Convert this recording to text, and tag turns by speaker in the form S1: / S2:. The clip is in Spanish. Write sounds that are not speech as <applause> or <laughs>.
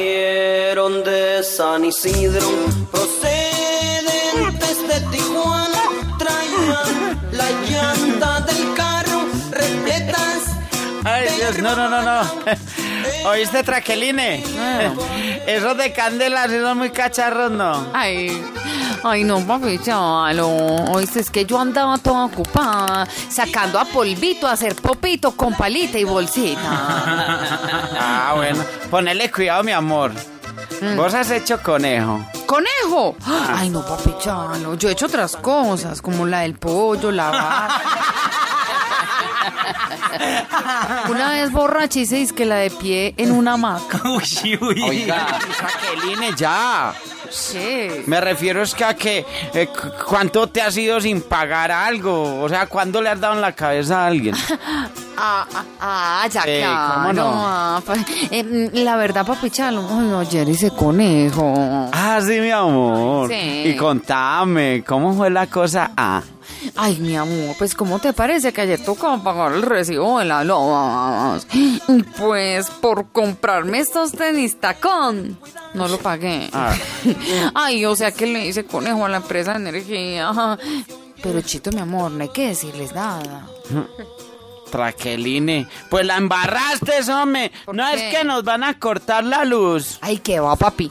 S1: Salieron de San Isidro, procedentes de Tijuana, traían la llanta del carro repletas.
S2: Ay, Dios, no, no, no, no. <laughs> ¿Oíste, Traqueline? Esos de candelas, esos muy cacharros, no.
S3: Ay, ay no, papi, chalo. Oíste, es que yo andaba toda ocupada sacando a polvito a hacer popito con palita
S2: <laughs>
S3: y bolsita.
S2: Ah, bueno. Ponele cuidado, mi amor. Vos has hecho conejo.
S3: ¡Conejo! Ay, no, papi, chalo. Yo he hecho otras cosas, como la del pollo,
S2: <laughs>
S3: la vaca. Una vez borracha hice que la de pie en una hamaca.
S2: Uy, uy. Oiga, Traqueline, ya.
S3: Che.
S2: Me refiero es que a que eh, cu- cuánto te has ido sin pagar algo. O sea, ¿cuándo le has dado en la cabeza a <laughs> alguien?
S3: Ah, ah, ah, ya,
S2: Sí,
S3: claro.
S2: ¿cómo no?
S3: ah, pa- eh, mm, la verdad, papi Chalo, ay, ayer hice conejo.
S2: Ah, sí, mi amor.
S3: Sí.
S2: Y contame, ¿cómo fue la cosa? Ah.
S3: Ay, mi amor, pues, ¿cómo te parece que ayer tocaba pagar el recibo de la loba? Y pues, por comprarme estos tenis tacón, no lo pagué.
S2: Ah.
S3: <laughs> Ay, o sea que le hice conejo a la empresa de energía. Pero, Chito, mi amor, no hay que decirles nada.
S2: Traqueline, pues la embarraste, hombre.
S3: ¿Por
S2: No
S3: qué?
S2: es que nos van a cortar la luz.
S3: Ay, que va, papi.